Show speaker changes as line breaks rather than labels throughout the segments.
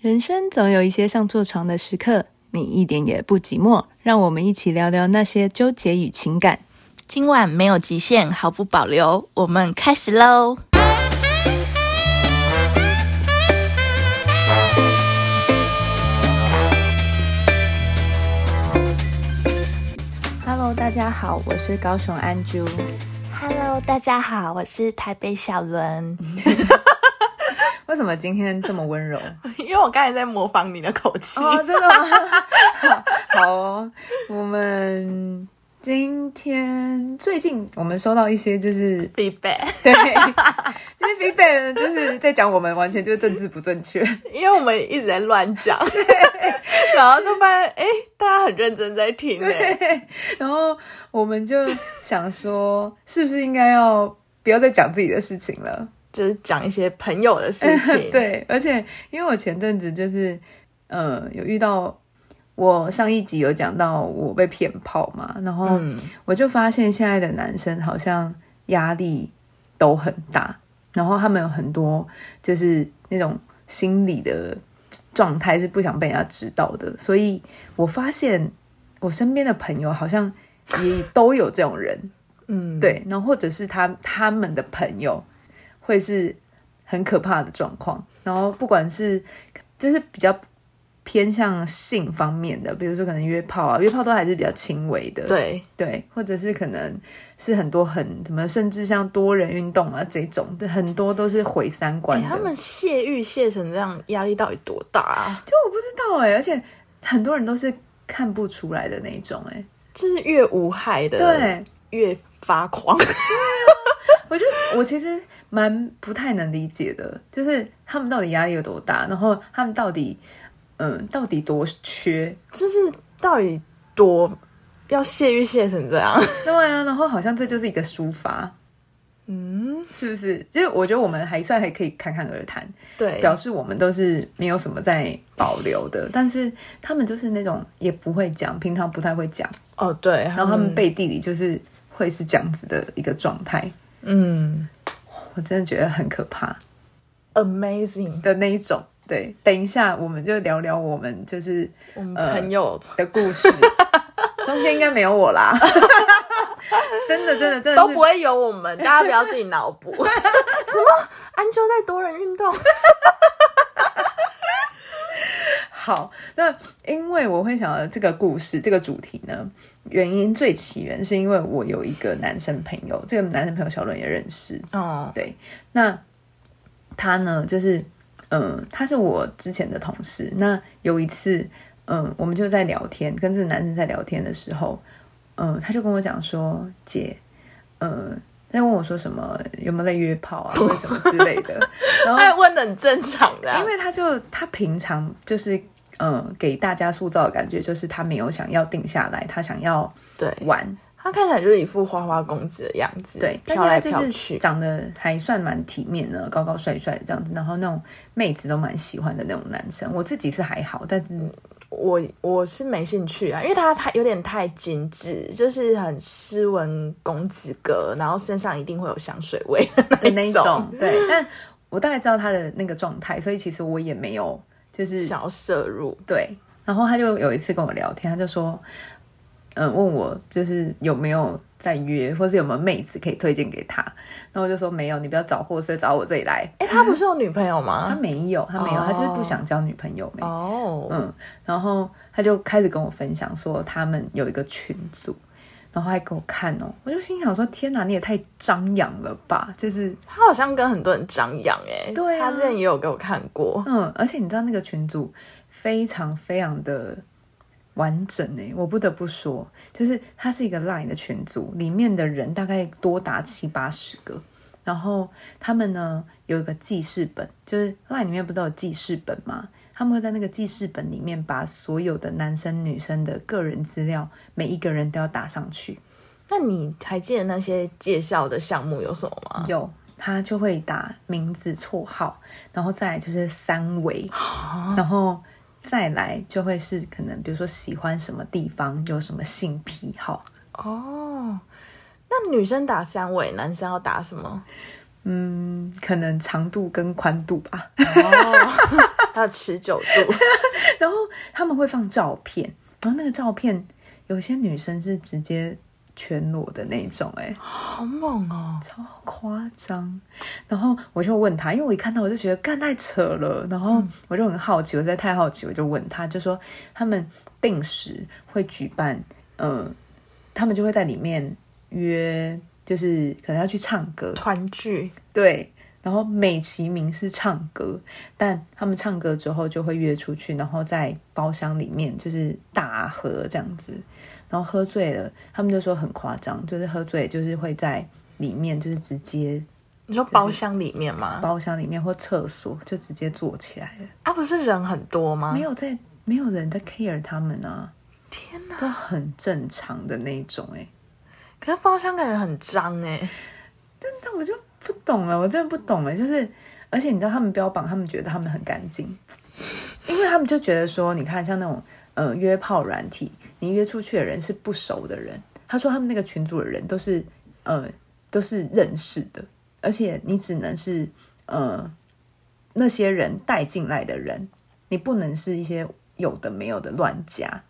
人生总有一些像坐床的时刻，你一点也不寂寞。让我们一起聊聊那些纠结与情感。
今晚没有极限，毫不保留，我们开始喽！
Hello，大家好，我是高雄安珠。
Hello，大家好，我是台北小伦。
为什么今天这么温柔？
因为我刚才在模仿你的口气，
哦，真的吗？ 好好哦，我们今天最近我们收到一些 就是
必备。
对，这些 feedback 呢就是在讲我们完全就是政治不正确。
因为我们一直在乱讲， 然后就发现哎、诶大家很认真在听哎、
然后我们就想说，是不是应该要不要再讲自己的事情了？
就是讲一些朋友的事 情。，
对，而且因为我前阵子就是，呃，有遇到我上一集有讲到我被骗炮嘛，然后
嗯
我就发现现在的男生好像压力都很大，然后他们有很多就是那种心理的状态是不想被人家知道的，所以我发现我身边的朋友好像也都有这种人，
嗯，
对，然后或者是他他们的朋友会是很可怕的状况，然后不管是就是比较偏向性方面的，比如说可能约炮啊，约炮都还是比较轻微的，
对，
对，或者是可能是很多很什么，甚至像多人运动啊这种，对，很多都是毁三观
诶
的。
他们泄欲泄成这样，压力到底多大啊？
就我不知道哎、而且很多人都是看不出来的那一种哎、
就是越无害的，，
对，
越发狂。
我就我其实蛮不太能理解的，就是他们到底压力有多大，然后他们到底嗯到底多缺，
就是到底多要泄欲泄成这样？
对啊，然后好像这就是一个抒发，嗯，是不是？就是我觉得我们还算还可以侃侃而谈，
对，
表示我们都是没有什么在保留的，但是他们就是那种也不会讲，平常不太会讲，
哦对，
然后他们背地里就是会是这样子的一个状态，
嗯
我真的觉得很可怕。
amazing，
的那一种。对，等一下我们就聊聊我们就是呃
我们朋友、
的故事，中间应该没有我啦。 真的，真的，真的
都
是
不会有我们，大家不要自己脑 补。什么？安啾在多人运动？
好。那因为我会想到这个故事这个主题呢，原因最起源是因为我有一个男生朋友，这个男生朋友小伦也认识，
哦，
对，那他呢，就是嗯、呃他是我之前的同事。那有一次，嗯、我们就在聊天，跟这个男生在聊天的时候，嗯、他就跟我讲说，姐，嗯、他就问我说什么有没有在约炮啊，或者什么之类的。然后
哦他问的很正常的啊、
因为他就他平常就是嗯、呃给大家塑造的感觉就是他没有想要定下来，他想要
对
玩，
他看起来就是一副花花公子的样子，
对，但
飘
是他
来
就
飘
是
去。
长得还算蛮体面的，高高帅帅的这样子，然后那种妹子都蛮喜欢的那种男生。我自己是还好，但是
嗯我我是没兴趣啊，因为他他有点太精致，就是很斯文公子哥，然后身上一定会有香水味的
那
一
一种对，但我大概知道他的那个状态，所以其实我也没有就是
想要摄入。
对。然后他就有一次跟我聊天，他就说，嗯，问我就是有没有在约，或是有没有妹子可以推荐给他。那我就说没有，你不要找货色，找我这里来。
哎、他不是有女朋友
他
吗？
没有，他没有，他就是不
哦
想交女朋友没有
哦，
嗯，然后他就开始跟我分享说他们有一个群组，然后还给我看哦，我就心想说天哪，你也太张扬了吧！就是
他好像跟很多人张扬哎，
对啊
他之前也有给我看过，
嗯，而且你知道那个群组非常非常的完整诶，我不得不说，就是它是一个 LINE 的群组，里面的人大概多达七八十个。然后他们呢有一个记事本，就是 LINE 里面不都有记事本吗？他们会在那个记事本里面把所有的男生女生的个人资料，每一个人都要打上去。
那你还记得那些介绍的项目有什么吗？
有，他就会打名字、绰号，然后再来就是三围，然后再来就会是可能比如说喜欢什么地方，有什么性癖好。
哦，那女生打三围，男生要打什么？
嗯，可能长度跟宽度吧。
哦，还有持久度，
然后他们会放照片，然后那个照片有些女生是直接全裸的那种、欸，哎，
好猛哦！
超夸张。然后我就问他，因为我一看到我就觉得干太扯了，然后我就很好奇，我实在太好奇，我就问他，就说他们定时会举办，呃，他们就会在里面约，就是可能要去唱歌，
团聚
对，然后美其名是唱歌，但他们唱歌之后就会约出去，然后在包厢里面就是大喝这样子，然后喝醉了，他们就说很夸张，就是喝醉就是会在里面就是直接
你说包厢里面吗？
包厢里面或厕所就直接坐起来了，
啊，不是人很多吗？
没有在没有人在 care 他们啊，
天
都
哪！
很正常的那一种哎、欸
可是包厢感觉很脏哎、
但我就不懂了，我真的不懂了。就是，而且你知道他们标榜，他们觉得他们很干净，因为他们就觉得说，你看像那种呃约炮软体，你约出去的人是不熟的人。他说他们那个群组的人都是呃都是认识的，而且你只能是呃那些人带进来的人，你不能是一些有的没有的乱加。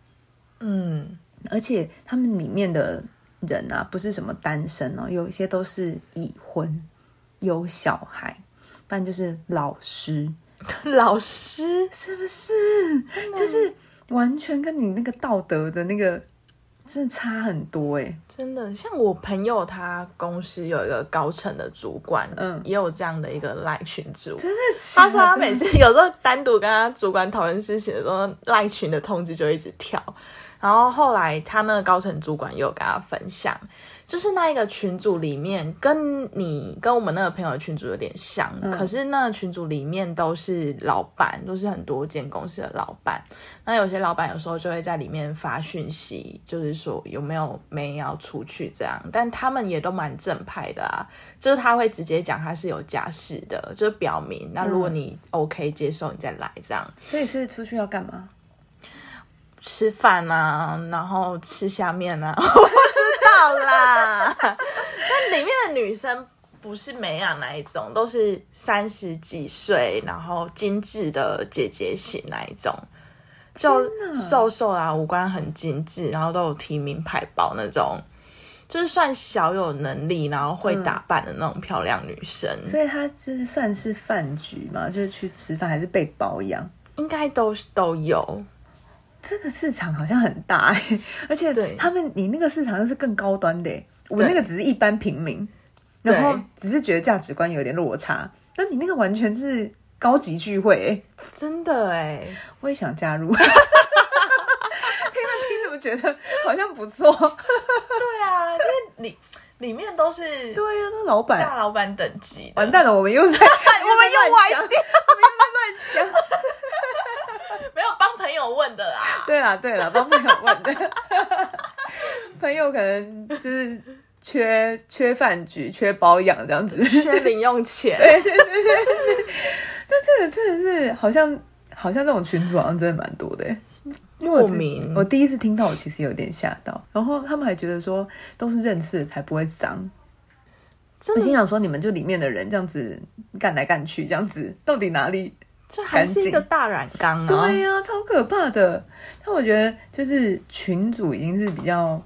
嗯，
而且他们里面的人啊，不是什么单身哦，有一些都是已婚，有小孩，不然就是老师，
老师
是不是？就是完全跟你那个道德的那个真的差很多哎、
真的像我朋友，他公司有一个高层的主管，
嗯
也有这样的一个赖群主。
真的假的。
他说他每次有时候单独跟他主管讨论事情的时候，赖群的通知就一直跳。然后后来他那个高层主管也有跟他分享，就是那一个群组里面，跟你跟我们那个朋友的群组有点像，可是那个群组里面都是老板，都是很多间公司的老板。那有些老板有时候就会在里面发讯息，就是说有没有没要出去这样，但他们也都蛮正派的啊，就是他会直接讲他是有家室的，就是表明。那如果你 OK 接受，你再来这样
所以是出去要干嘛？
吃饭啊，然后吃下面啊，我 不知道啦。 但里面的女生不是美雅那一种，都是三十几岁，然后精致的姐姐型那一种。就瘦瘦啊，五官很精致，然后都有提名牌包那种，就是算小有能力，然后会打扮的那种漂亮女生。
所以他就是算是饭局嘛，就是去吃饭还是被包养？
应该都是都有。
这个市场好像很大、欸，而且
对
他们你那个市场又是更高端的欸、我
对
那个只是一般平民，
对
然后只是觉得价值观有点落差。那你那个完全是高级聚会、欸，
真的哎、
我也想加入。 听着听着，我觉得好像不错。
对啊，因为里里面都是
对呀、那老板
大老板等级的，
完蛋了， 我们又在我们
又歪掉
我们又在乱讲。
没有帮朋友问的啦。
对啦对啦，帮朋友问的， 朋友可能就是缺缺饭局、缺保养这样子。
缺零用钱，
这个真的是好像好像那种群主好像真的蛮多的欸，因为
莫
我自
名
我第一次听到，我其实有点吓到。然后他们还觉得说都是认识的才不会脏，
真
我心
的
想说你们就里面的人这样子干来干去，这样子到底哪里？
就还是一个大染缸啊。
对呀、超可怕的。但我觉得就是群主已经是比较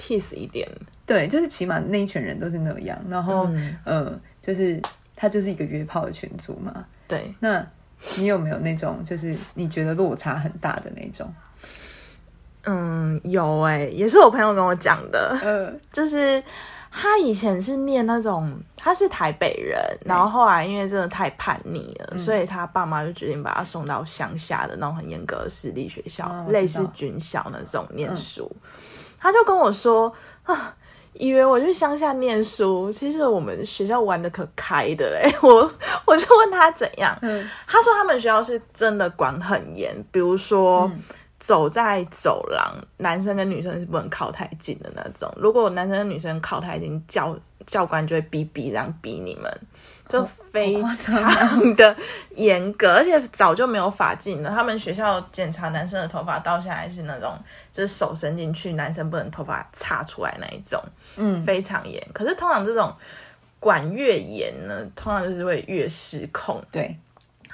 peace 一点，
对，就是起码那一群人都是那样，然后、
嗯
呃，就是他就是一个约炮的群组嘛。
对，
那你有没有那种就是你觉得落差很大的那种？
嗯，有哎、也是我朋友跟我讲的，
呃，
就是他以前是念那种，他是台北人，然后后来因为真的太叛逆
嗯
了，所以他爸妈就决定把他送到乡下的那种很严格的私立学校，
哦我知道嗯
类似军校那种念书。他就跟我说啊。以为我去乡下念书，其实我们学校玩的可开的嘞、 我我就问他怎样，
嗯
他说他们学校是真的管很严，比如说、
嗯
走在走廊，男生跟女生是不能靠太近的那种。如果男生跟女生靠太近，教教官就会逼逼这样逼你们，就非
好夸张
常的严格，而且早就没有法禁了。他们学校检查男生的头发倒下来是那种，就是手伸进去，男生不能头发插出来那一种，嗯，非常严。可是通常这种管越严呢，通常就是会越失控。
对，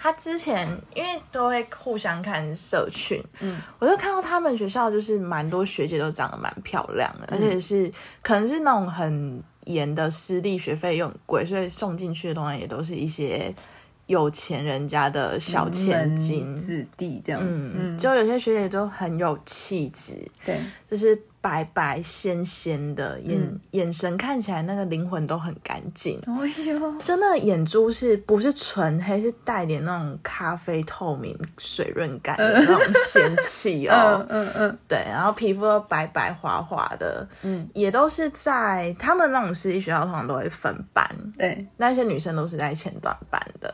他之前因为都会互相看社群，嗯，我就看到他们学校就是蛮多学姐都长得蛮漂亮的，而且是可能是那种很严的私立，学费又很贵，所以送进去的东西也都是一些有钱人家的小千金
门。子弟这样，嗯
嗯，就有些学姐都很有气质，
对，
就是白白鲜鲜的，眼、眼神看起来那个灵魂都很干净。
哎呦，
真的眼珠是不是纯黑，是带点那种咖啡透明、水润感的那种仙气 哦
嗯。嗯嗯，
对，然后皮肤都白白滑滑的，嗯，也都是在他们那种私立学校，通常都会分班，
对，
那些女生都是在前段班的。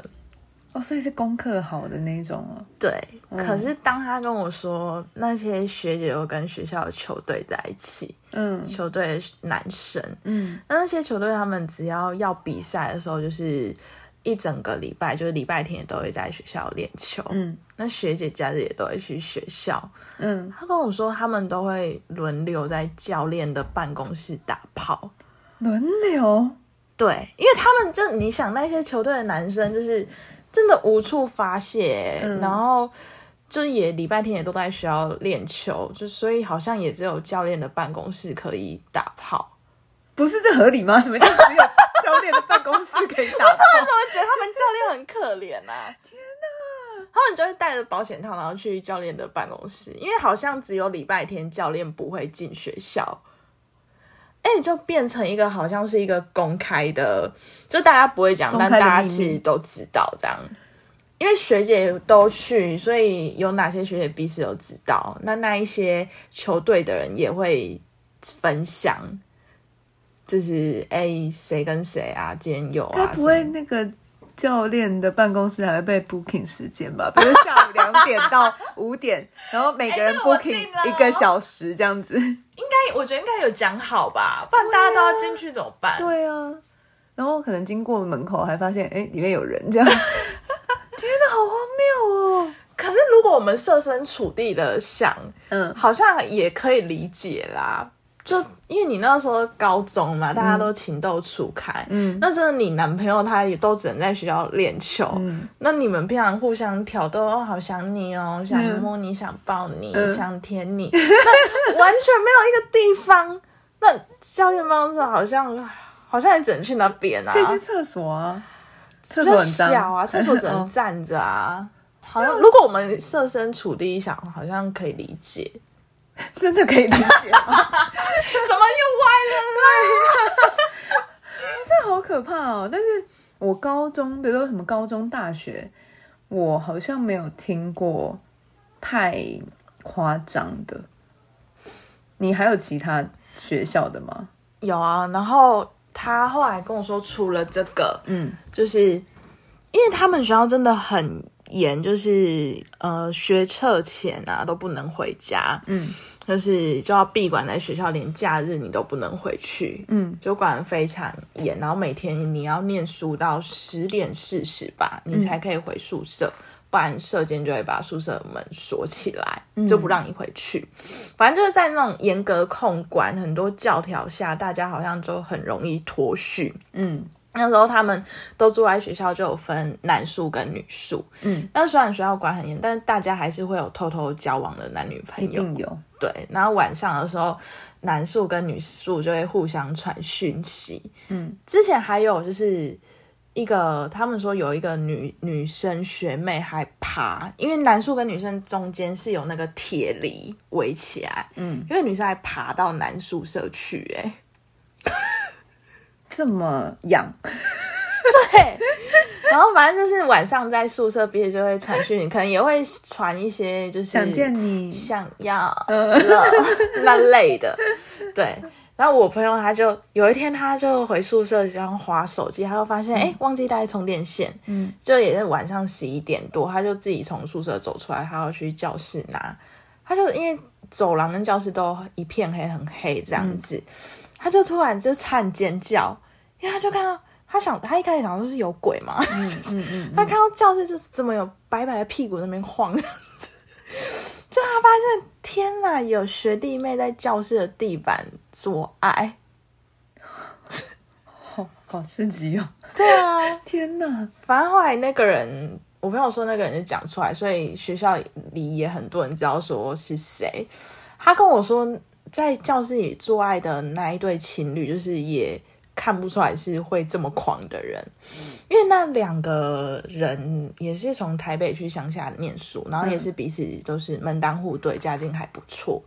哦，所以是功课好的那种哦，
对，可是当他跟我说那些学姐都跟学校的球队在一起，
嗯
球队男生，
嗯，
那那些球队他们只要要比赛的时候，就是一整个礼拜，就是礼拜天也都会在学校练球。
嗯，
那学姐假日也都会去学校。
嗯，
他跟我说，他们都会轮流在教练的办公室打炮。
轮流，
对，因为他们就你想那些球队的男生，就是真的无处发泄，
嗯
然后。就是也礼拜天也都在学校练球，就所以好像也只有教练的办公室可以打炮。
不是这合理吗？什么叫只有教练的办公室可以 打炮？
我怎么觉得他们教练很可怜呐、啊？天哪！他们就会带着保险套，然后去教练的办公室，因为好像只有礼拜天教练不会进学校。哎、就变成一个好像是一个公开的，就大家不会讲，
公开
但
的
大家
秘密
其实都知道这样。因为学姐都去，所以有哪些学姐彼此都知道。那那一些球队的人也会分享，就是哎谁、跟谁啊，今天有
该
啊，
不会那个教练的办公室还会被 booking 时间吧？比如下午两点到五点，然后每个 人
哎这个我定
booking
了哦
一个小时这样子。
应该我觉得应该有讲好吧，不然大家都要进去怎么办？
对啊，然后可能经过门口还发现，哎、里面有人这样。 天哪，好荒谬哦！
可是如果我们设身处地的想，
嗯
好像也可以理解啦。就因为你那时候高
嗯
中嘛，大家都情窦初开，嗯，那真的你男朋友他也都只能在学校练球，嗯，那你们平常互相挑逗，哦，好想你哦，想
嗯
摸你，想抱你，想舔你，那完全没有一个地方。那教练办公室好像好像也只能去那边啊，
可以去厕所啊，厕
比
所
较
很脏
小 啊，厕所只能
哦
站着啊。好像如果我们设身处地想，好像可以理解。
真的可以理解吗，
怎么又
这好可怕哦！但是我高中，比如说什么高中、大学，我好像没有听过太夸张的。你还有其他学校的吗？
歪了？有啊，然后他后来跟我说，除了这个，嗯，就是因为他们学校真的很严，就是呃，学测前啊都不能回家，嗯，就是就要闭馆在学校，连假日你都不能回去，嗯，就管得非常严，然后每天你要念书到十点四十吧，你才可以回宿舍。不然舍监就会把宿舍门锁起来，就不让你回去。反正就是在那种严格控管、很多教条下，大家好像就很容易脱序。
嗯，
那时候他们都住在学校，就有分男宿跟女宿。嗯，但虽然学校管很严，但是大家还是会有偷偷交往的男女
一
朋友。
定有。
对，然后晚上的时候，男宿跟女宿就会互相传讯息。嗯，之前还有就是一个，他们说有一个女女生学妹还爬，因为男宿跟女生中间是有那个铁篱围起来，嗯，因为女生还爬到男宿舍去、欸，哎。
这么痒，
然后反正就是晚上在宿舍，彼此就会传讯，可能也会传一些就是
想见你，
想要了那类的，对。然后我朋友他就有一天他就回宿舍，然后划手机，他就发现哎、诶忘记带充电线，嗯，就也是晚上十一点多，他就自己从宿舍走出来，他要去教室拿，他就因为走廊跟教室都一片黑，很黑这样子，他就突然就惨尖叫，因为他就看到他想他一开始想说是有鬼嘛，就是 他看到教室就是怎么有白白的屁股在那边晃，就他发现天哪，有学弟妹在教室的地板做爱，
好好刺激哦！哦
对啊，啊
天哪，
反正后来那个人。我朋友说那个人就讲出来，所以学校里也很多人知道说是谁。他跟我说，在教室里做爱的那一对情侣，就是也看不出来是会这么狂的人，因为那两个人也是从台北去乡下念书，然后也是彼此都是门当户对，家境还不错。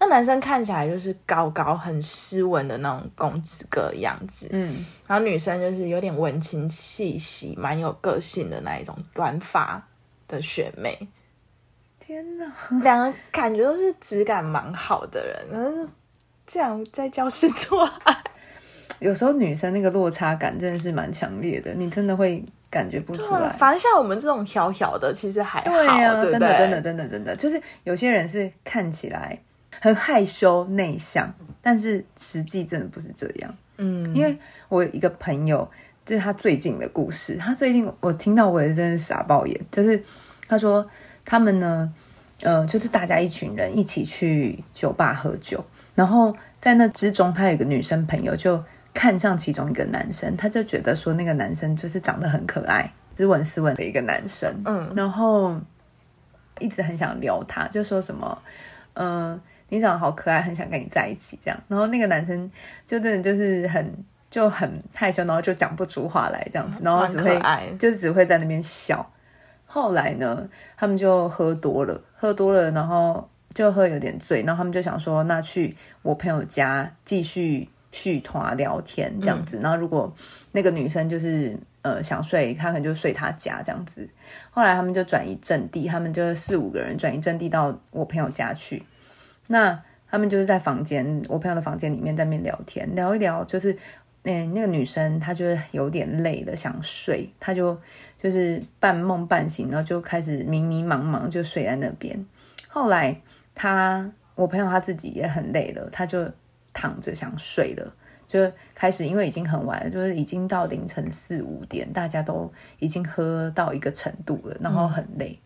那男生看起来就是高高、很斯文的那种公子哥样子，
嗯，
然后女生就是有点文青气息，蛮有个性的那一种短发的学妹，
天哪，
两个感觉都是质感蛮好的人，但是这样在教室做爱，
有时候女生那个落差感真的是蛮强烈的，你真的会感觉不出来。
反正像我们这种小小的，其实还好，
对呀、
对不
真
对？
的真的真的真的，就是有些人是看起来很害羞内向，但是实际真的不是这样。
嗯，
因为我有一个朋友，就是他最近的故事，他最近我听到我也真是傻爆眼，就是他说他们呢，呃，就是大家一群人一起去酒吧喝酒，然后在那之中，他有一个女生朋友就看上其中一个男生，他就觉得说那个男生就是长得很可爱、斯文斯文的一个男生，
嗯，
然后一直很想撩他，就说什么，嗯、你长得好可爱，很想跟你在一起这样。然后那个男生就真的就是很就很害羞，然后就讲不出话来这样子，然后
蛮
只
可
会
爱，
就只会在那边笑。后来呢，他们就喝多了，喝多了，然后就喝有点醉，然后他们就想说，那去我朋友家继续续团聊天这样子。然后如果那个女生就是呃想睡，她可能就睡她家这样子。后来他们就转移阵地，他们就四五个人转移阵地到我朋友家去。那他们就是在房间，我朋友的房间里面在那边聊天，聊一聊，就是嗯、那个女生她就是有点累了，想睡，她就就是半梦半醒，然后就开始迷迷茫茫就睡在那边。后来她，我朋友她自己也很累了，她就躺着想睡了。就开始，因为已经很晚了，就是已经到凌晨四五点，大家都已经喝到一个程度了，然后很累。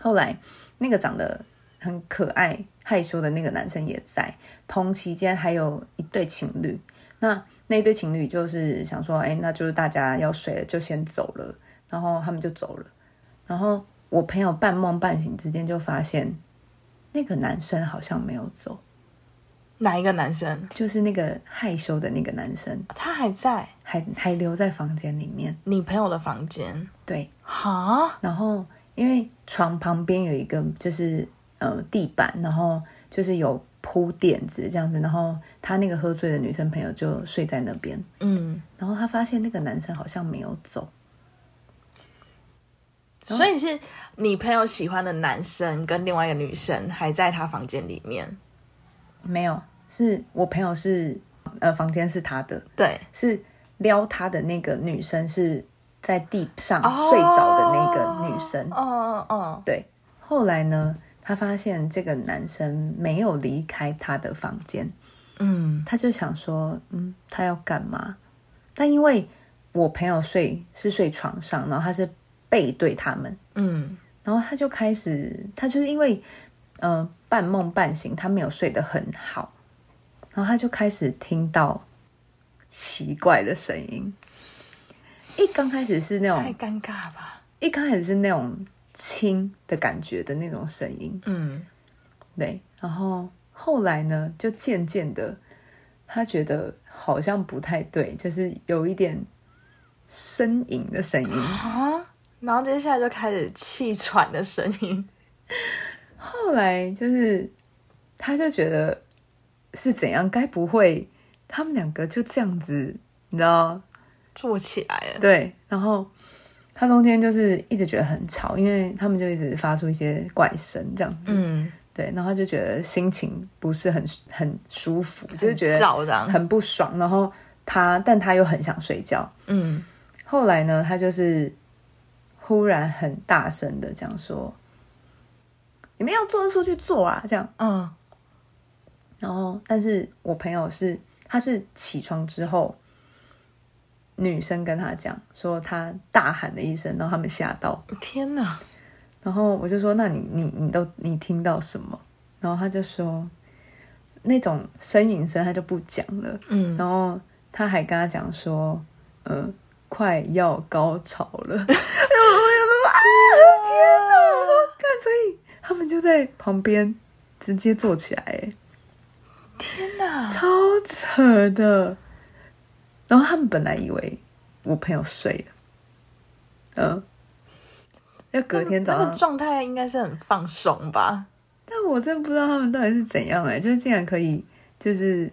后来那个长得很可爱、害羞的那个男生也在，同期间还有一对情侣。那那一对情侣就是想说，哎、那就是大家要睡了，就先走了。然后他们就走了。然后我朋友半梦半醒之间就发现，那个男生好像没有走，
哪一个男生
就是那个害羞的那个男生
他还在
还还留在房间里面。
你朋友的房间？
对，
哈，
然后因为床旁边有一个就是呃地板，然后就是有铺垫子这样子，然后他那个喝醉的女生朋友就睡在那边，
嗯，
然后他发现那个男生好像没有走，
所以是你朋友喜欢的男生跟另外一个女生还在他房间里面，
没有，是我朋友是呃房间是他的，
对，
是撩他的那个女生是在地上
哦
睡着的那个女生。
哦哦，
对，后来呢，他发现这个男生没有离开他的房间，
嗯，
他就想说，嗯，他要干嘛？但因为我朋友睡是睡床上，然后他是背对他们，
嗯，
然后他就开始，他就是因为嗯、呃半梦半醒，他没有睡得很好，然后他就开始听到奇怪的声音。一刚开始是那
太
种，
尴尬吧？
一刚开始是那种轻的感觉的那种声音，
嗯，
对。然后后来呢，就渐渐的，他觉得好像不太对，就是有一点呻吟的声音。
然后接下来就开始气喘的声音，
后来就是，他就觉得是怎样？该不会他们两个就这样子，你知道？
坐起来了。
对。然后他中间就是一直觉得很吵，因为他们就一直发出一些怪声这样子。
嗯，
对。然后他就觉得心情不是很很舒服，就是觉得
照这样，
很不爽。然后他，但他又很想睡觉。
嗯，
后来呢，他就是忽然很大声的讲说：“你们要做就出去做啊！”这样。
嗯，
然后，但是我朋友是，他是起床之后，女生跟他讲说他大喊了一声，然后他们吓到，
天哪，
然后我就说那你你你都你听到什么？然后他就说那种呻吟声他就不讲了，
嗯，
然后他还 跟他讲说，呃，快要高潮了，哎呦我就说啊，我说看，所以他们就在旁边直接坐起来，哎，
天哪！
超扯的。然后他们本来以为我朋友睡了，嗯，要隔天早
那
上
个状态应该是很放松吧？
但我真不知道他们到底是怎样哎、就是竟然可以，就是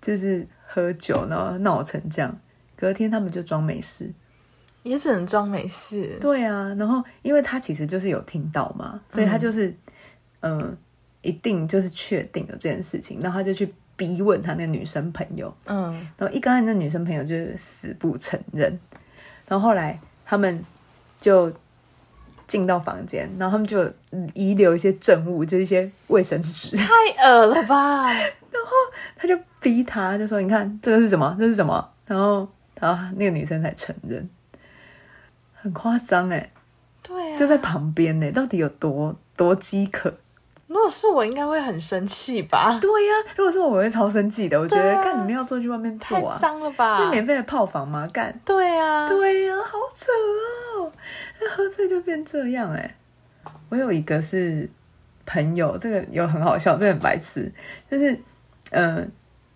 就是喝酒，然后闹成这样。隔天他们就装没事。
也只能装没事。
对啊，然后因为他其实就是有听到嘛，所以他就是嗯、呃一定就是确定有这件事情，然后他就去逼问他那个女生朋友，
嗯，
然后一刚才那女生朋友就是死不承认，然后后来他们就进到房间，然后他们就有遗留一些证物，就是一些卫生纸。
太恶了吧？
他就逼他，就说：“你看这个是什么？这是什么？”然后，然后那个女生才承认，很夸张哎，
对啊，
就在旁边呢，到底有多多饥渴？
如果是我，应该会很生气吧？
对呀、如果是我，我会超生气的。我觉得，
对啊
干、你们要做去外面
太
做啊，
脏了吧
是？免费的泡房吗？干，
对啊，
对呀、好扯哦，那喝醉就变这样哎。我有一个是朋友，这个有很好笑，这个很白痴，就是呃，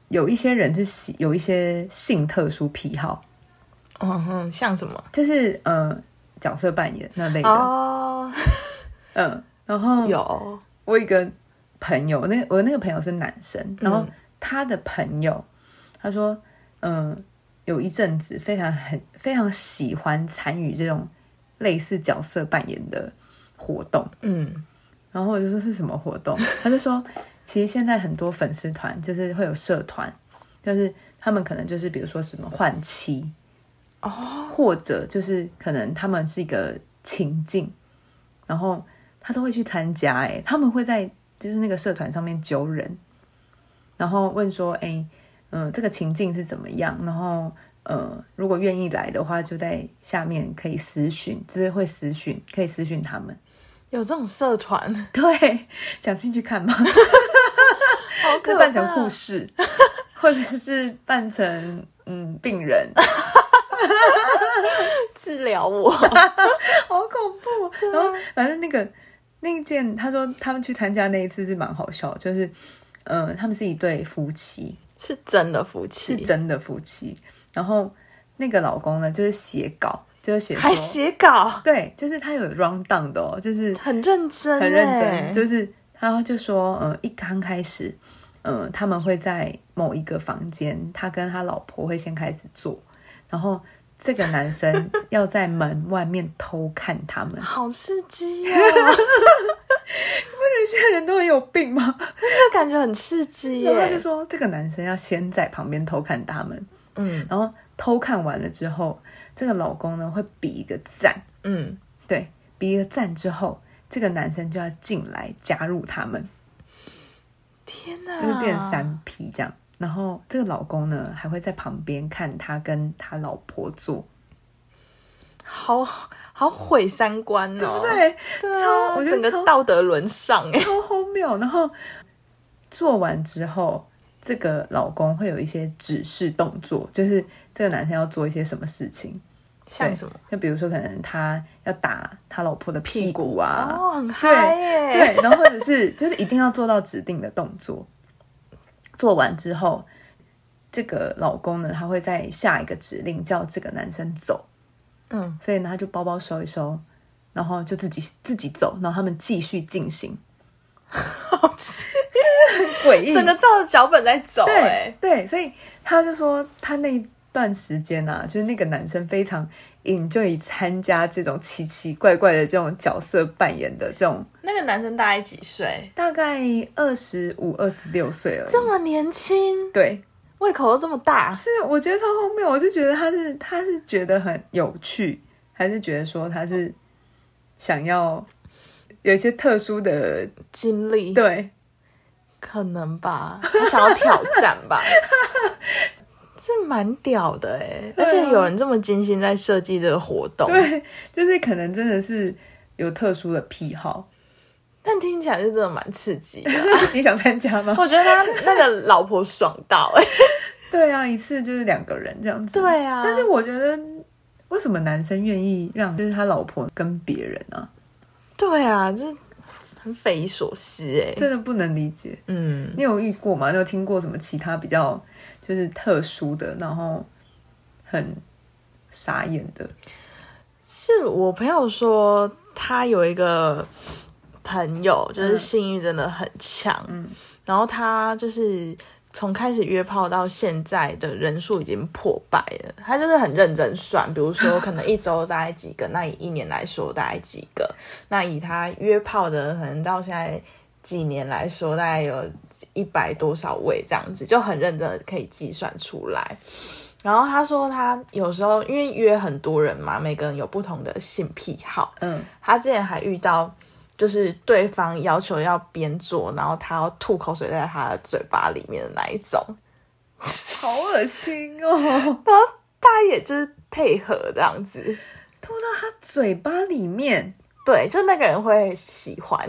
有一些人是喜有一些性特殊癖好，
嗯哼，像什么？
就是呃角色扮演那类的，
哦，
嗯、然后
有，
我有一个朋友，那我那个朋友是男生，然后他的朋友他说，嗯、有一阵子非常很非常喜欢参与这种类似角色扮演的活动，
嗯，
然后我就说是什么活动， 他就说其实现在很多粉丝团就是会有社团，就是他们可能就是比如说什么换妻哦，或者就是可能他们是一个情境，然后他都会去参加、欸，他们会在就是那个社团上面揪人，然后问说，哎、嗯、这个情境是怎么样？然后呃，如果愿意来的话，就在下面可以私讯，就是会私讯，可以私讯他们。
有这种社团，
对，想进去 看吗？
好可
就
怕。
扮成护士，或者是扮成嗯病人，
治疗 我，
好恐怖。然后反正那个那一件，他说他们去参加那一次是蛮好笑的，就是呃，他们是一对夫妻，
是真的夫
是
妻，
真的夫妻。然后那个老公呢，就是写稿，就是写
还
说，
写稿，
对，就是他有 round down 的哦，就是
很认真，欸
很认真，。就是他就说，呃，一刚开始，呃，他们会在某一个房间，他跟他老婆会先开始做，然后这个男 生要在门外面偷看他们。
好刺激哦！
这些人都很有病吗？
这感觉很刺激
然后他就
耶。
说，这个男生要先在旁边偷看他们，
嗯
然后偷看完了之后，这个老公呢会比一个赞，
嗯，
对，比一个赞之后，这个男生就要进来加入他们。
天哪，
就是变成三 P 这样。然后这个老公呢，还会在旁边看他跟他老婆做，
好好毁三观哦，
对，
对啊，
超我觉
整
得
个
超
道德沦丧哎，
超荒谬。然后做完之后，这个老公会有一些指示动作，就是这个男生要做一些什么事情，对
像什么？？
就比如说，可能他要打他老婆的屁股啊，
哦，很
对
嗨欸耶！
对，然后或者是就是一定要做到指定的动作，做完之后，这个老公呢，他会在下一个指令叫这个男生走，
嗯，
所以呢，他就包包收一收，然后就自己自己走，然后他们继续进行，
好奇，
诡异，
整个照着脚本在走
对
哎，
对，所以他就说他那一段时间啊，就是那个男生非常 enjoy 参加这种奇奇怪怪的这种角色扮演的这种，
那个男生大概几岁？
大概二十五、二十六岁而已。
这么年轻，
对，
胃口都这么大，
是我觉得超荒谬，我就觉得他是他是觉得很有趣，还是觉得说他是想要有一些特殊的
经历
对，
可能吧，他想要挑战 吧。这蛮屌的哎、而且有人这么精心在设计这个活动，
就是可能真的是有特殊的癖 好。
但听起来是真的蛮刺激的。
你想参加吗？
我觉得他那个老婆爽到哎、
对啊，一次就是两个人这样子。
对啊
但是我觉得为什么男生愿意让就是他老婆跟别人啊？
对啊，这很匪夷所思哎、
真的不能理解。
嗯，
你有遇过吗？你有听过什么其他比较就是特殊的，然后很傻眼的？
是我朋友说他有一个朋友，就是性欲真的很强，嗯，然后他就是。从开始约炮到现在的人数已经破百了，他就是很认真算，比如说可能一周大概几个，那以一年来说大概几个，那以他约炮的可能到现在几年来说，大概有一百多少位这样子，就很认真的可以计算出来。然后他说他有时候因为约很多人嘛，每个人有不同的性癖好，
嗯，
他之前还遇到。就是对方要求要边做，然后他要吐口水在他的嘴巴里面的那一种，
好恶心哦，
他也就是配合这样子，
吐到他嘴巴里面，
对，就那个人会喜欢，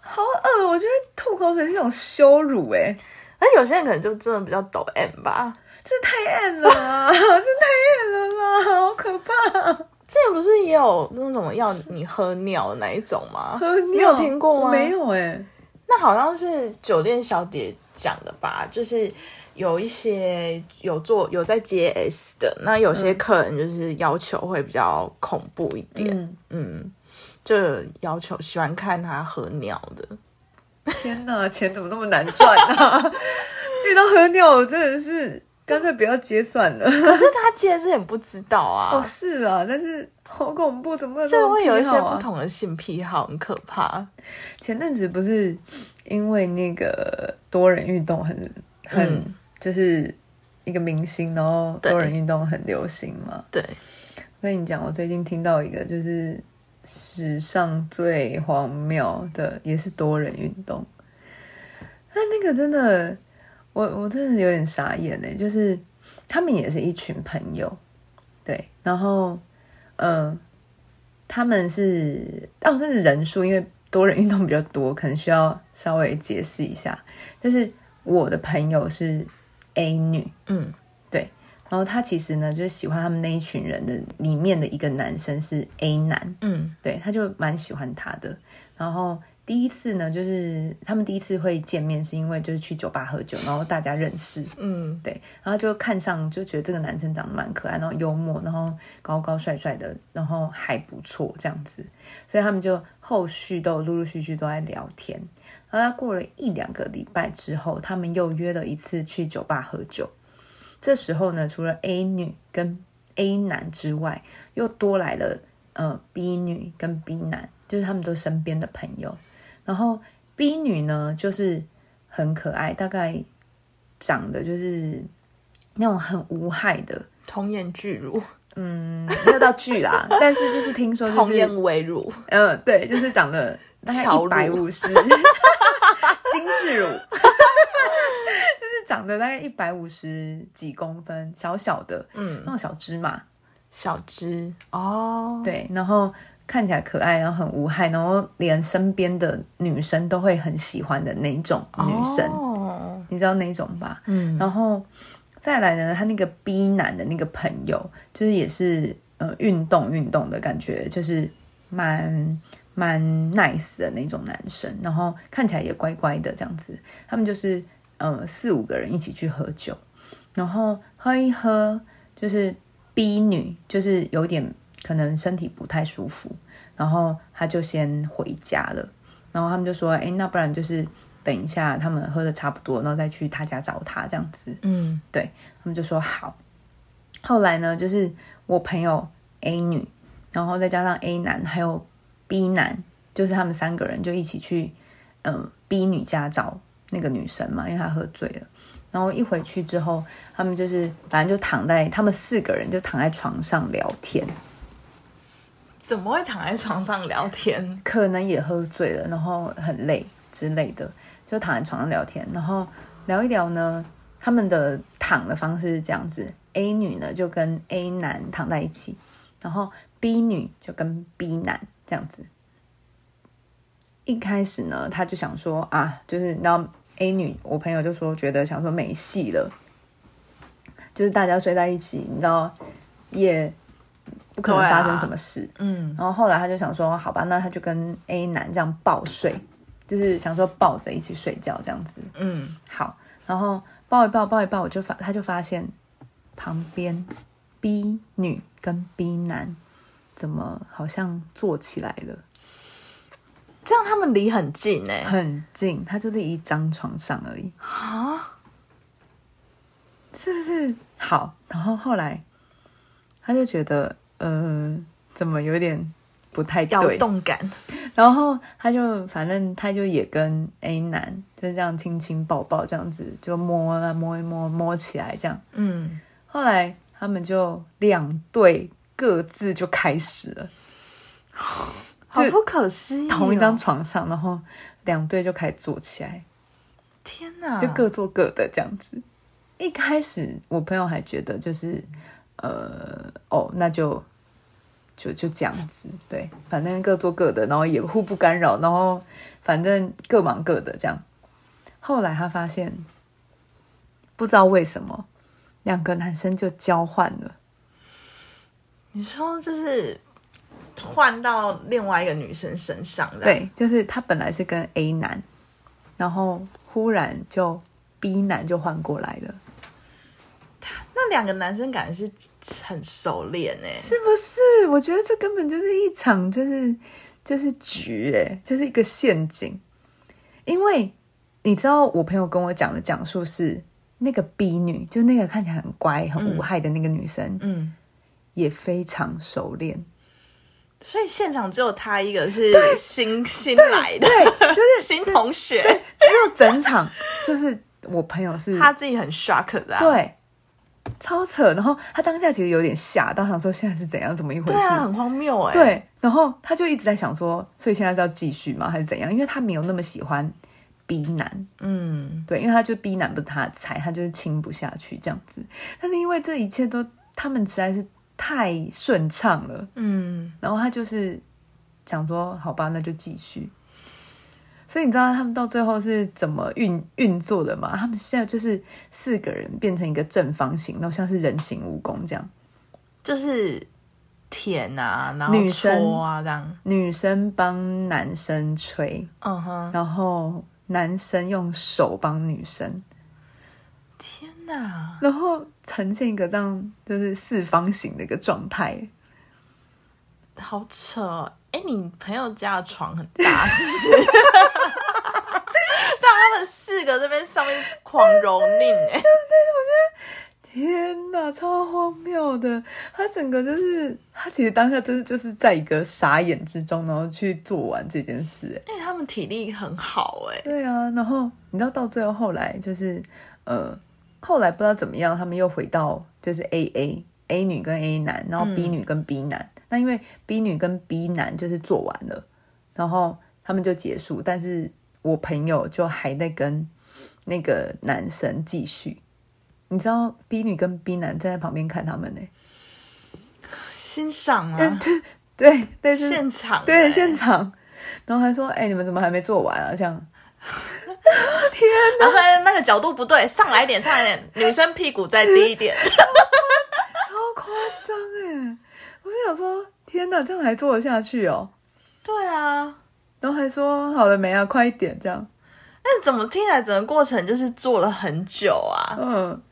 好恶！我觉得吐口水是一种羞辱、哎，
那有些人可能就真的比较抖 M 吧，
这太暗了 啊，这太暗了啦，好可怕、
之前不是也有那种要你喝尿的那一种吗？
喝尿
你有听过吗？
我没有哎、
那好像是酒店小姐讲的吧，就是有一些有做有在接 S 的，那有
嗯
些客人就是要求会比较恐怖一点，嗯就有要求喜欢看他喝尿的，
天哪，钱怎么那么难赚啊？ 遇到喝尿，我真的是干脆不要接算了。
可是他接之前不知道啊，
哦，是啊，但是好恐怖，怎么会有这
就
种
会有一
癖
些
好啊
不同的性癖好，很可怕。
前阵子不是因为那个多人运动很很、
嗯
就是一个明星，然后
对
多人运动很流行嘛。
对，
跟你讲，我最近听到一个就是史上最荒谬的，也是多人运动。那那个真的，我我真的有点傻眼嘞，就是他们也是一群朋友，对，然后嗯、呃他们是哦，这是人数，因为多人运动比较多，可能需要稍微解释一下。就是我的朋友是 A 女，
嗯，
对，然后她其实呢就是喜欢他们那一群人的里面的一个男生是 A 男，
嗯
对，她就蛮喜欢他的。然后第一次呢，就是他们第一次会见面，是因为就是去酒吧喝酒，然后大家认识，
嗯
对，然后就看上就觉得这个男生长得蛮可爱，然后幽默，然后高高帅帅的，然后还不错这样子，所以他们就后续都有陆陆续续都在聊天。然后他过了一两个礼拜之后，他们又约了一次去酒吧喝酒。这时候呢，除了 A 女跟 A 男之外，又多来了呃 B 女跟 B 男，就是他们都身边的朋友。然后 B 女呢，就是很可爱，大概长得就是那种很无害的，
童颜巨乳，
没有到巨啦，但是就是听说就
童
是，
颜微乳，
嗯、对，就是长得大概
乔
一
乳
百五十，精致乳，就是长得大概一百五十几公分，小小的，嗯，那种小芝麻，
小只哦，
对，然后看起来可爱，然后很无害，然后连身边的女生都会很喜欢的那一种女生，
哦，
你知道那一种吧？
嗯，
然后再来呢，他那个 B 男的那个朋友，就是也是呃运动运动的感觉，就是蛮蛮 nice 的那种男生，然后看起来也乖乖的这样子。他们就是呃四五个人一起去喝酒，然后喝一喝，就是 B 女就是有点可能身体不太舒服，然后她就先回家了。然后他们就说：“哎，那不然就是等一下他们喝的差不多，然后再去他家找他这样子。
嗯
对他们就说好。后来呢，就是我朋友 A 女，然后再加上 A 男还有 B 男，就是他们三个人就一起去，嗯、b 女家找那个女生嘛，因为她喝醉了。然后一回去之后，他们就是反正就躺在他们四个人就躺在床上聊天，
怎么会躺在床上聊天？
可能也喝醉了，然后很累之类的，就躺在床上聊天，然后聊一聊呢，他们的躺的方式是这样子：A 女呢就跟 A 男躺在一起，然后 B 女就跟 B 男这样子。一开始呢，他就想说啊，就是你知道 A 女，我朋友就说觉得想说没戏了，就是大家睡在一起，你知道也不可能
对啊
发生什么事。
嗯，
然后后来他就想说，好吧，那他就跟 A 男这样抱睡，就是想说抱着一起睡觉这样子。
嗯，
好，然后抱一抱，抱一抱，我就发，他就发现旁边 B 女跟 B 男怎么好像坐起来了，
这样他们离很近哎、
很近，他就是一张床上而已，
啊，
是不是？好，然后后来他就觉得，呃，怎么有点不太
摇
对，
动感，
然后他就反正他就也跟 A 男就是这样亲亲抱抱这样子，就摸啊摸一摸摸起来这样。
嗯，
后来他们就两队各自就开始了，
好不可思议、哦，
同一张，床上，然后两队就开始坐起来，
天哪，
就各做各的这样子。一开始我朋友还觉得就是呃哦，那就就就这样子，对，反正各做各的，然后也互不干扰，然后反正各忙各的这样。后来他发现，不知道为什么两个男生就交换了。
你说就是换到另外一个女生身上的，，
对，就是他本来是跟 A 男，然后忽然就 B 男就换过来了，
那两个男生感觉是很熟练哎、
是不是？我觉得这根本就是一场就是就是局、欸，就是一个陷阱。因为你知道，我朋友跟我讲的讲述是那个 B 女，就那个看起来很乖、很无害的那个女生，
嗯，
也非常熟练，
所以现场只有他一个是新新来的，
就是
新同学，
只有 整场就是我朋友是
他自己很 shock 的、啊，
对，超扯。然后他当下其实有点吓到，想说现在是怎样，怎么一回
对
事？
啊，很荒谬哎、
对，然后他就一直在想说，所以现在是要继续吗，还是怎样？因为他没有那么喜欢 B 男，
嗯，
对，因为他就 B 男不是他的菜，他就是亲不下去这样子。但是因为这一切都，他们实在是太顺畅了，
嗯，
然后他就是想说，好吧，那就继续。所以你知道他们到最后是怎么运运作的吗？他们现在就是四个人变成一个正方形，然后像是人形蜈蚣这样。
就是舔啊，然后
女生
搓啊这样，
女生帮男生吹，
嗯哼，
然后男生用手帮女生，
天哪，
然后呈现一个这样就是四方形的一个状态。
好扯哦！哎，你朋友家的床很大，是不是？ 让他们四个这边上面狂蹂躏，哎，
天哪，超荒谬的！他整个就是，他其实当下真的就是在一个傻眼之中，然后去做完这件事。哎
哎，他们体力很好，哎，
对啊，然后你知道到最后后来就是，呃，后来不知道怎么样，他们又回到就是 A A A 女跟 A 男，然后
嗯
B 女跟 B 男。那因为 B 女跟 B 男就是做完了，然后他们就结束，但是我朋友就还在跟那个男生继续。你知道 B 女跟 B 男站在旁边看他们呢、
欣赏啊，
嗯对，但是
现场，
对
哎
现场，然后还说：“哎、你们怎么还没做完啊？”这样，
他说哎那个角度不对，上来一点，上来一点，女生屁股再低一点，
超夸张哎！我就想说，天哪，这样还做得下去哦？
对啊。
然后还说好了没啊，快一点这样。
但是怎么听起来整个过程就是做了很久啊？
嗯，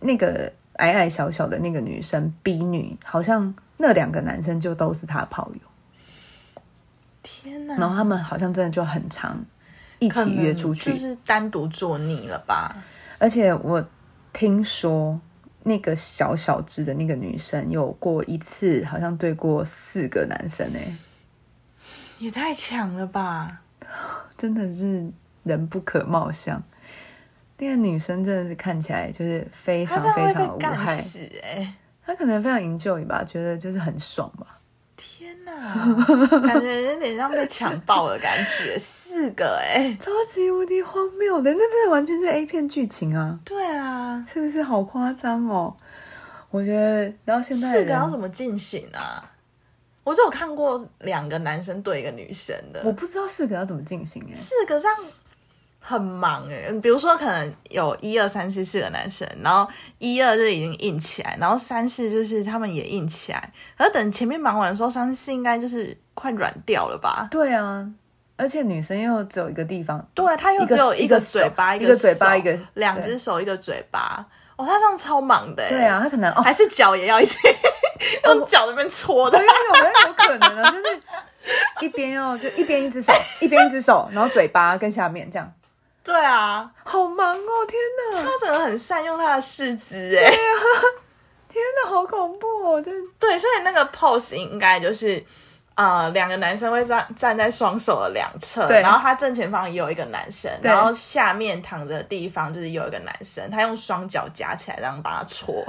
那个矮矮小小的那个女生 B 女，好像那两个男生就都是她的炮友，
天哪！
然后他们好像真的就很常一
可
起
能
约出去，
就是单独做腻了吧？
而且我听说那个小小只的那个女生有过一次，好像对过四个男生哎、
也太强了吧！
真的是人不可貌相。那个女生真的是看起来就是非
他
常
这样
非
会
常的
被
无
干
害，
死哎、
她可能非常 enjoy 吧，觉得就是很爽吧。
天哪，感觉有点像被强暴的感觉，四个哎、
超级无敌荒谬的，那真的完全是 A 片剧情啊，
对啊，
是不是好夸张哦？我觉得，然后现在
四
人
个要怎么进行啊？我就有看过两个男生对一个女生的
我，不知道四个要怎么进行哎、
四个这样很忙诶、比如说可能有一二三四四个男生，然后一二就已经硬起来，然后三四就是他们也硬起来，而等前面忙完的时候，三四应该就是快软掉了吧？
对啊，而且女生又只有一个地方，
对啊，他又
一个
只有
一
个
个
嘴巴，
手
个
一个嘴巴
手
一个
两只手，一个嘴巴。哦，他这样超忙的、欸。
对啊，，她可能哦
还，是脚也 要一起用脚那边搓的
我。有人有可能啊，就是一边要就一边一只手，一边一只手，然后嘴巴跟下面这样，
对啊，
好忙哦，天哪，
他真的很善用他的四肢哎。
天哪，好恐怖哦，真的
对，所以那个 pose 应该就是。呃，两个男生会站站在双手的两侧，
对
然后他正前方也有一个男生，
对
然后下面躺着的地方就是有一个男生，他用双脚夹起来，然后把他搓。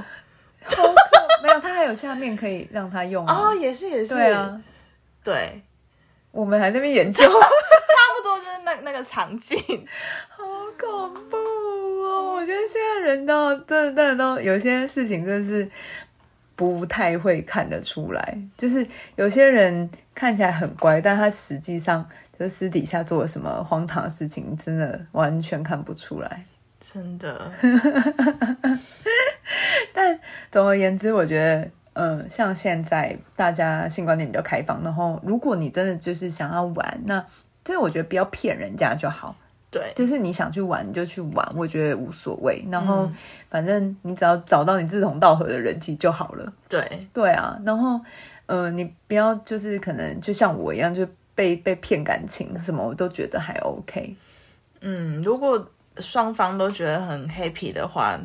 好恐，没有，她还有下面可以让她用啊
哦，也是也是，
对啊，
对
我们还在那边研究，
差不多就是那那个场景。
好恐怖哦！我觉得现在人到真的真的都有些事情真的是不太会看得出来，就是有些人看起来很乖，但他实际上就是私底下做了什么荒唐的事情，真的完全看不出来。
真的，
但总而言之，我觉得。嗯，像现在大家性观念比较开放，然后如果你真的就是想要玩，那这我觉得不要骗人家就好。
对，
就是你想去玩你就去玩，我觉得无所谓。然后反正你只要找到你志同道合的人际就好了。
对，
对啊，然后呃，你不要就是可能就像我一样，就被被骗感情什么，我都觉得还 OK。
嗯，如果双方都觉得很 happy 的话，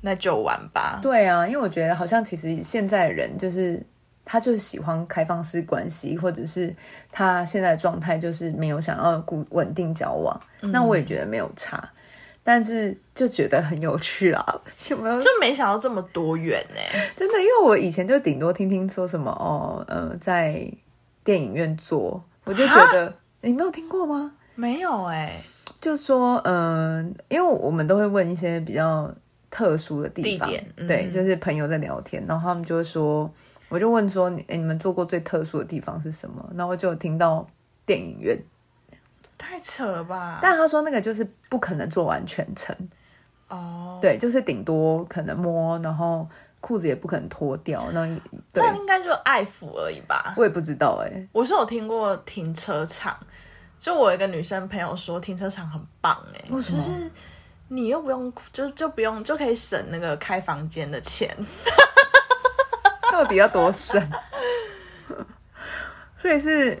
那就玩吧。
对啊，因为我觉得好像其实现在的人就是。他就是喜欢开放式关系，或者是他现在的状态就是没有想要固稳定交往，那我也觉得没有差，但是就觉得很有趣啦， 有没有
就没想到这么多元呢、
真的，因为我以前就顶多听听说什么哦，呃，在电影院做，我就觉得你没有听过吗？
没有哎、
就说，嗯、因为我们都会问一些比较特殊的地方，
地点嗯
对，就是朋友在聊天，然后他们就会说，我就问说，你、哎诶你们做过最特殊的地方是什么？然后我就有听到电影院，
太扯了吧？
但他说那个就是不可能做完全程，
哦，
对，就是顶多可能摸，然后裤子也不可能脱掉，那对。
那应该就爱抚而已吧。
我也不知道哎、
我是有听过停车场，就我有一个女生朋友说停车场很棒哎、
为什么
就是你又不用，就就不用，就可以省那个开房间的钱。
到底要多深？所以是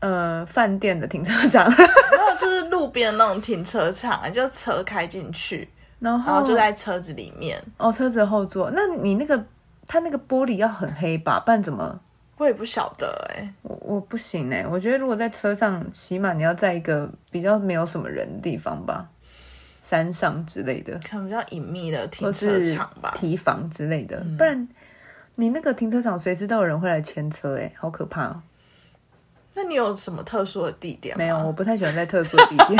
呃，饭店的停车场，
然后就是路边那种停车场，就车开进去，
然
然后
后
哦就在车子里面。
哦车子的后座。那你那个它那个玻璃要很黑吧？不然怎么？
我也不晓得哎、
我我不行哎、我觉得如果在车上，起码你要在一个比较没有什么人的地方吧，山上之类的，
可能比较隐秘的停
或
车
是
场吧。嗯
提防之类的，不然你那个停车场随时都有人会来牵车哎、好可怕、哦。
那你有什么特殊的地点吗？
没有，我不太喜欢在特殊的地点，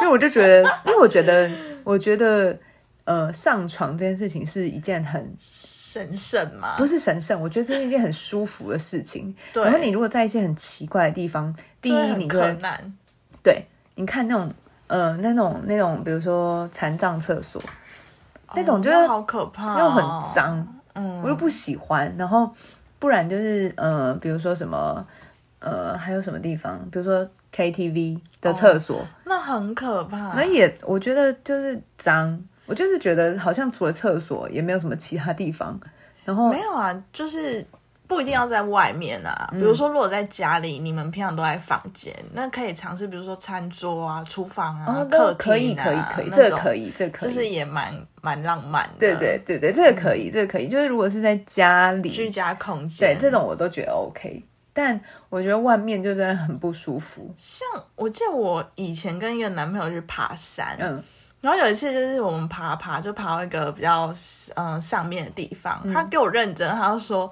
因为我就觉得，因为我觉得，我觉得，呃，上床这件事情是一件很
神圣吗？
不是神圣，我觉得这是一件很舒服的事情。
对
然后你如果在一些很奇怪的地方，第
就会
一，
很
你就
可
会
难。
对，你看那种，呃，那种那种，比如说残障厕所，那种就是
哦好可怕、哦，
又很脏，嗯，我又不喜欢。然后不然就是，呃，比如说什么，呃，还有什么地方，比如说 KTV
哦
的厕所。
那很可怕。
那也我觉得就是脏，我就是觉得好像除了厕所也没有什么其他地方。然后
没有啊，就是不一定要在外面啊。
嗯
比如说，如果在家里，你们平常都在房间，那可以尝试，比如说餐桌啊、厨房啊、
哦，
客
那
厅啊，
可以可以可以，
那
这个
种
可以，这个可
就
以，
是也蛮蛮浪漫的。
对对，对对，这个可以，这个可以。就是如果是在家
居
里，
家空
对
间。
这种我都觉得 OK，但我觉得外面就真的很不舒服。
像我记得我以前跟一个男朋友去爬山，
嗯，
然后有一次就是我们爬爬，就爬到一个比较嗯、呃上面的地方，他给我认真，他就说：“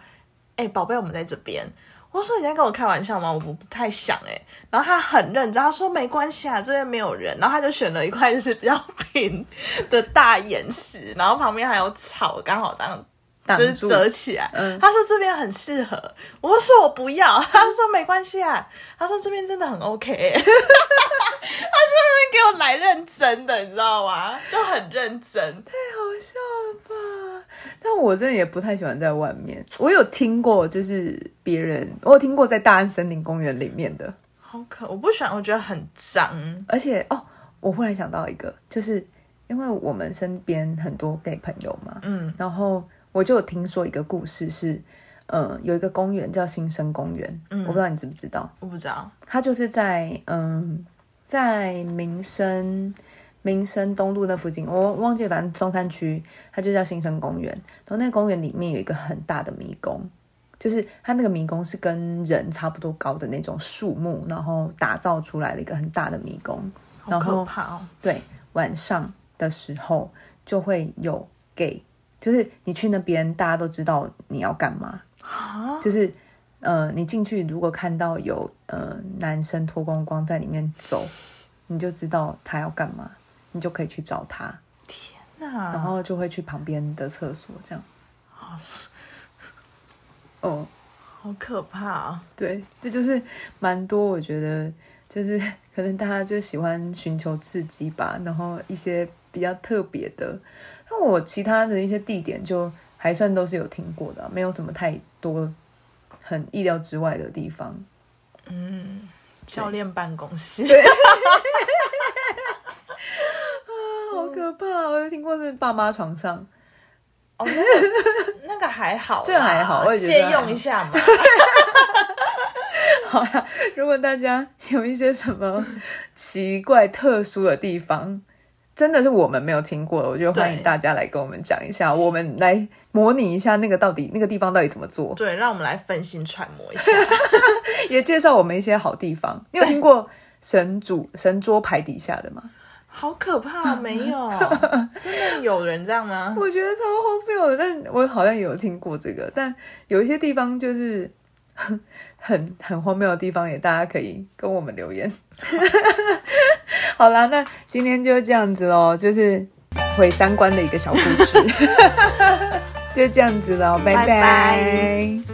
哎、宝贝，我们在这边。”我说：“你在跟我开玩笑吗？我不太想哎、然后他很认真，他说：“没关系啊，这边没有人。”然后他就选了一块就是比较平的大岩石，然后旁边还有草，刚好这样
挡
就是
住嗯
折起来。他说这边很适合，我就说我不 要，他说没关系啊，他说这边真的很 OK，他真的是给又来认真的，你知道吗？就很认真。
好笑了吧？但我真的也不太喜欢在外面。我有听过，就是别人，我有听过在大安森林公园里面的，
好可，我不喜欢，我觉得很脏。
而且哦，我忽然想到一个，就是因为我们身边很多 gay 朋友嘛，嗯，然后我就有听说一个故事是，呃，有一个公园叫新生公园，嗯，我不知道你知不知道，
我不知道，
它就是在嗯，在民生民生东路那附近，我忘记，反正中山区，它就叫新生公园。然后那个公园里面有一个很大的迷宫，就是它那个迷宫是跟人差不多高的那种树木，然后打造出来的一个很大的迷宫。
好
然
可
后
怕哦。
对，晚上的时候就会有 gay，就是你去那边，大家都知道你要干嘛，就是呃，你进去如果看到有呃男生脱光光在里面走，你就知道他要干嘛，你就可以去找他，然
那
后就会去旁边的厕所这样。哦，
好可怕哦。
对，这就是蛮多，我觉得就是 可能大家就喜欢寻求刺激吧，然后一些比较特别的。那我其他的一些地点就还算都是有听过的啊、没有什么太多很意料之外的地方。
教练办公室，
好可怕！我就听过是爸妈床上，
哦，那个 那个还好啦，
这还好我也觉得
借
还好
用一下 嘛。
如果大家 有一些什么奇怪特殊的地方，真的是我们没有听过的，我就欢迎
对
大家来跟我们讲一下，我们来模拟一下那个到底那个地方到底怎么做，
对，让我们来分心揣摩一下。
也介绍我们一些好地方。你有听过神主神桌牌底下的吗？
好可怕哦，没 有，真的有人这样吗？
我觉得超荒谬的，但我好像也有听过这个，但有一些地方就是很很荒谬的地方，也大家可以跟我们留 言。好啦，那今天就这样子喽，就是毁 三观的一个小故事，就这样子喽，拜
拜拜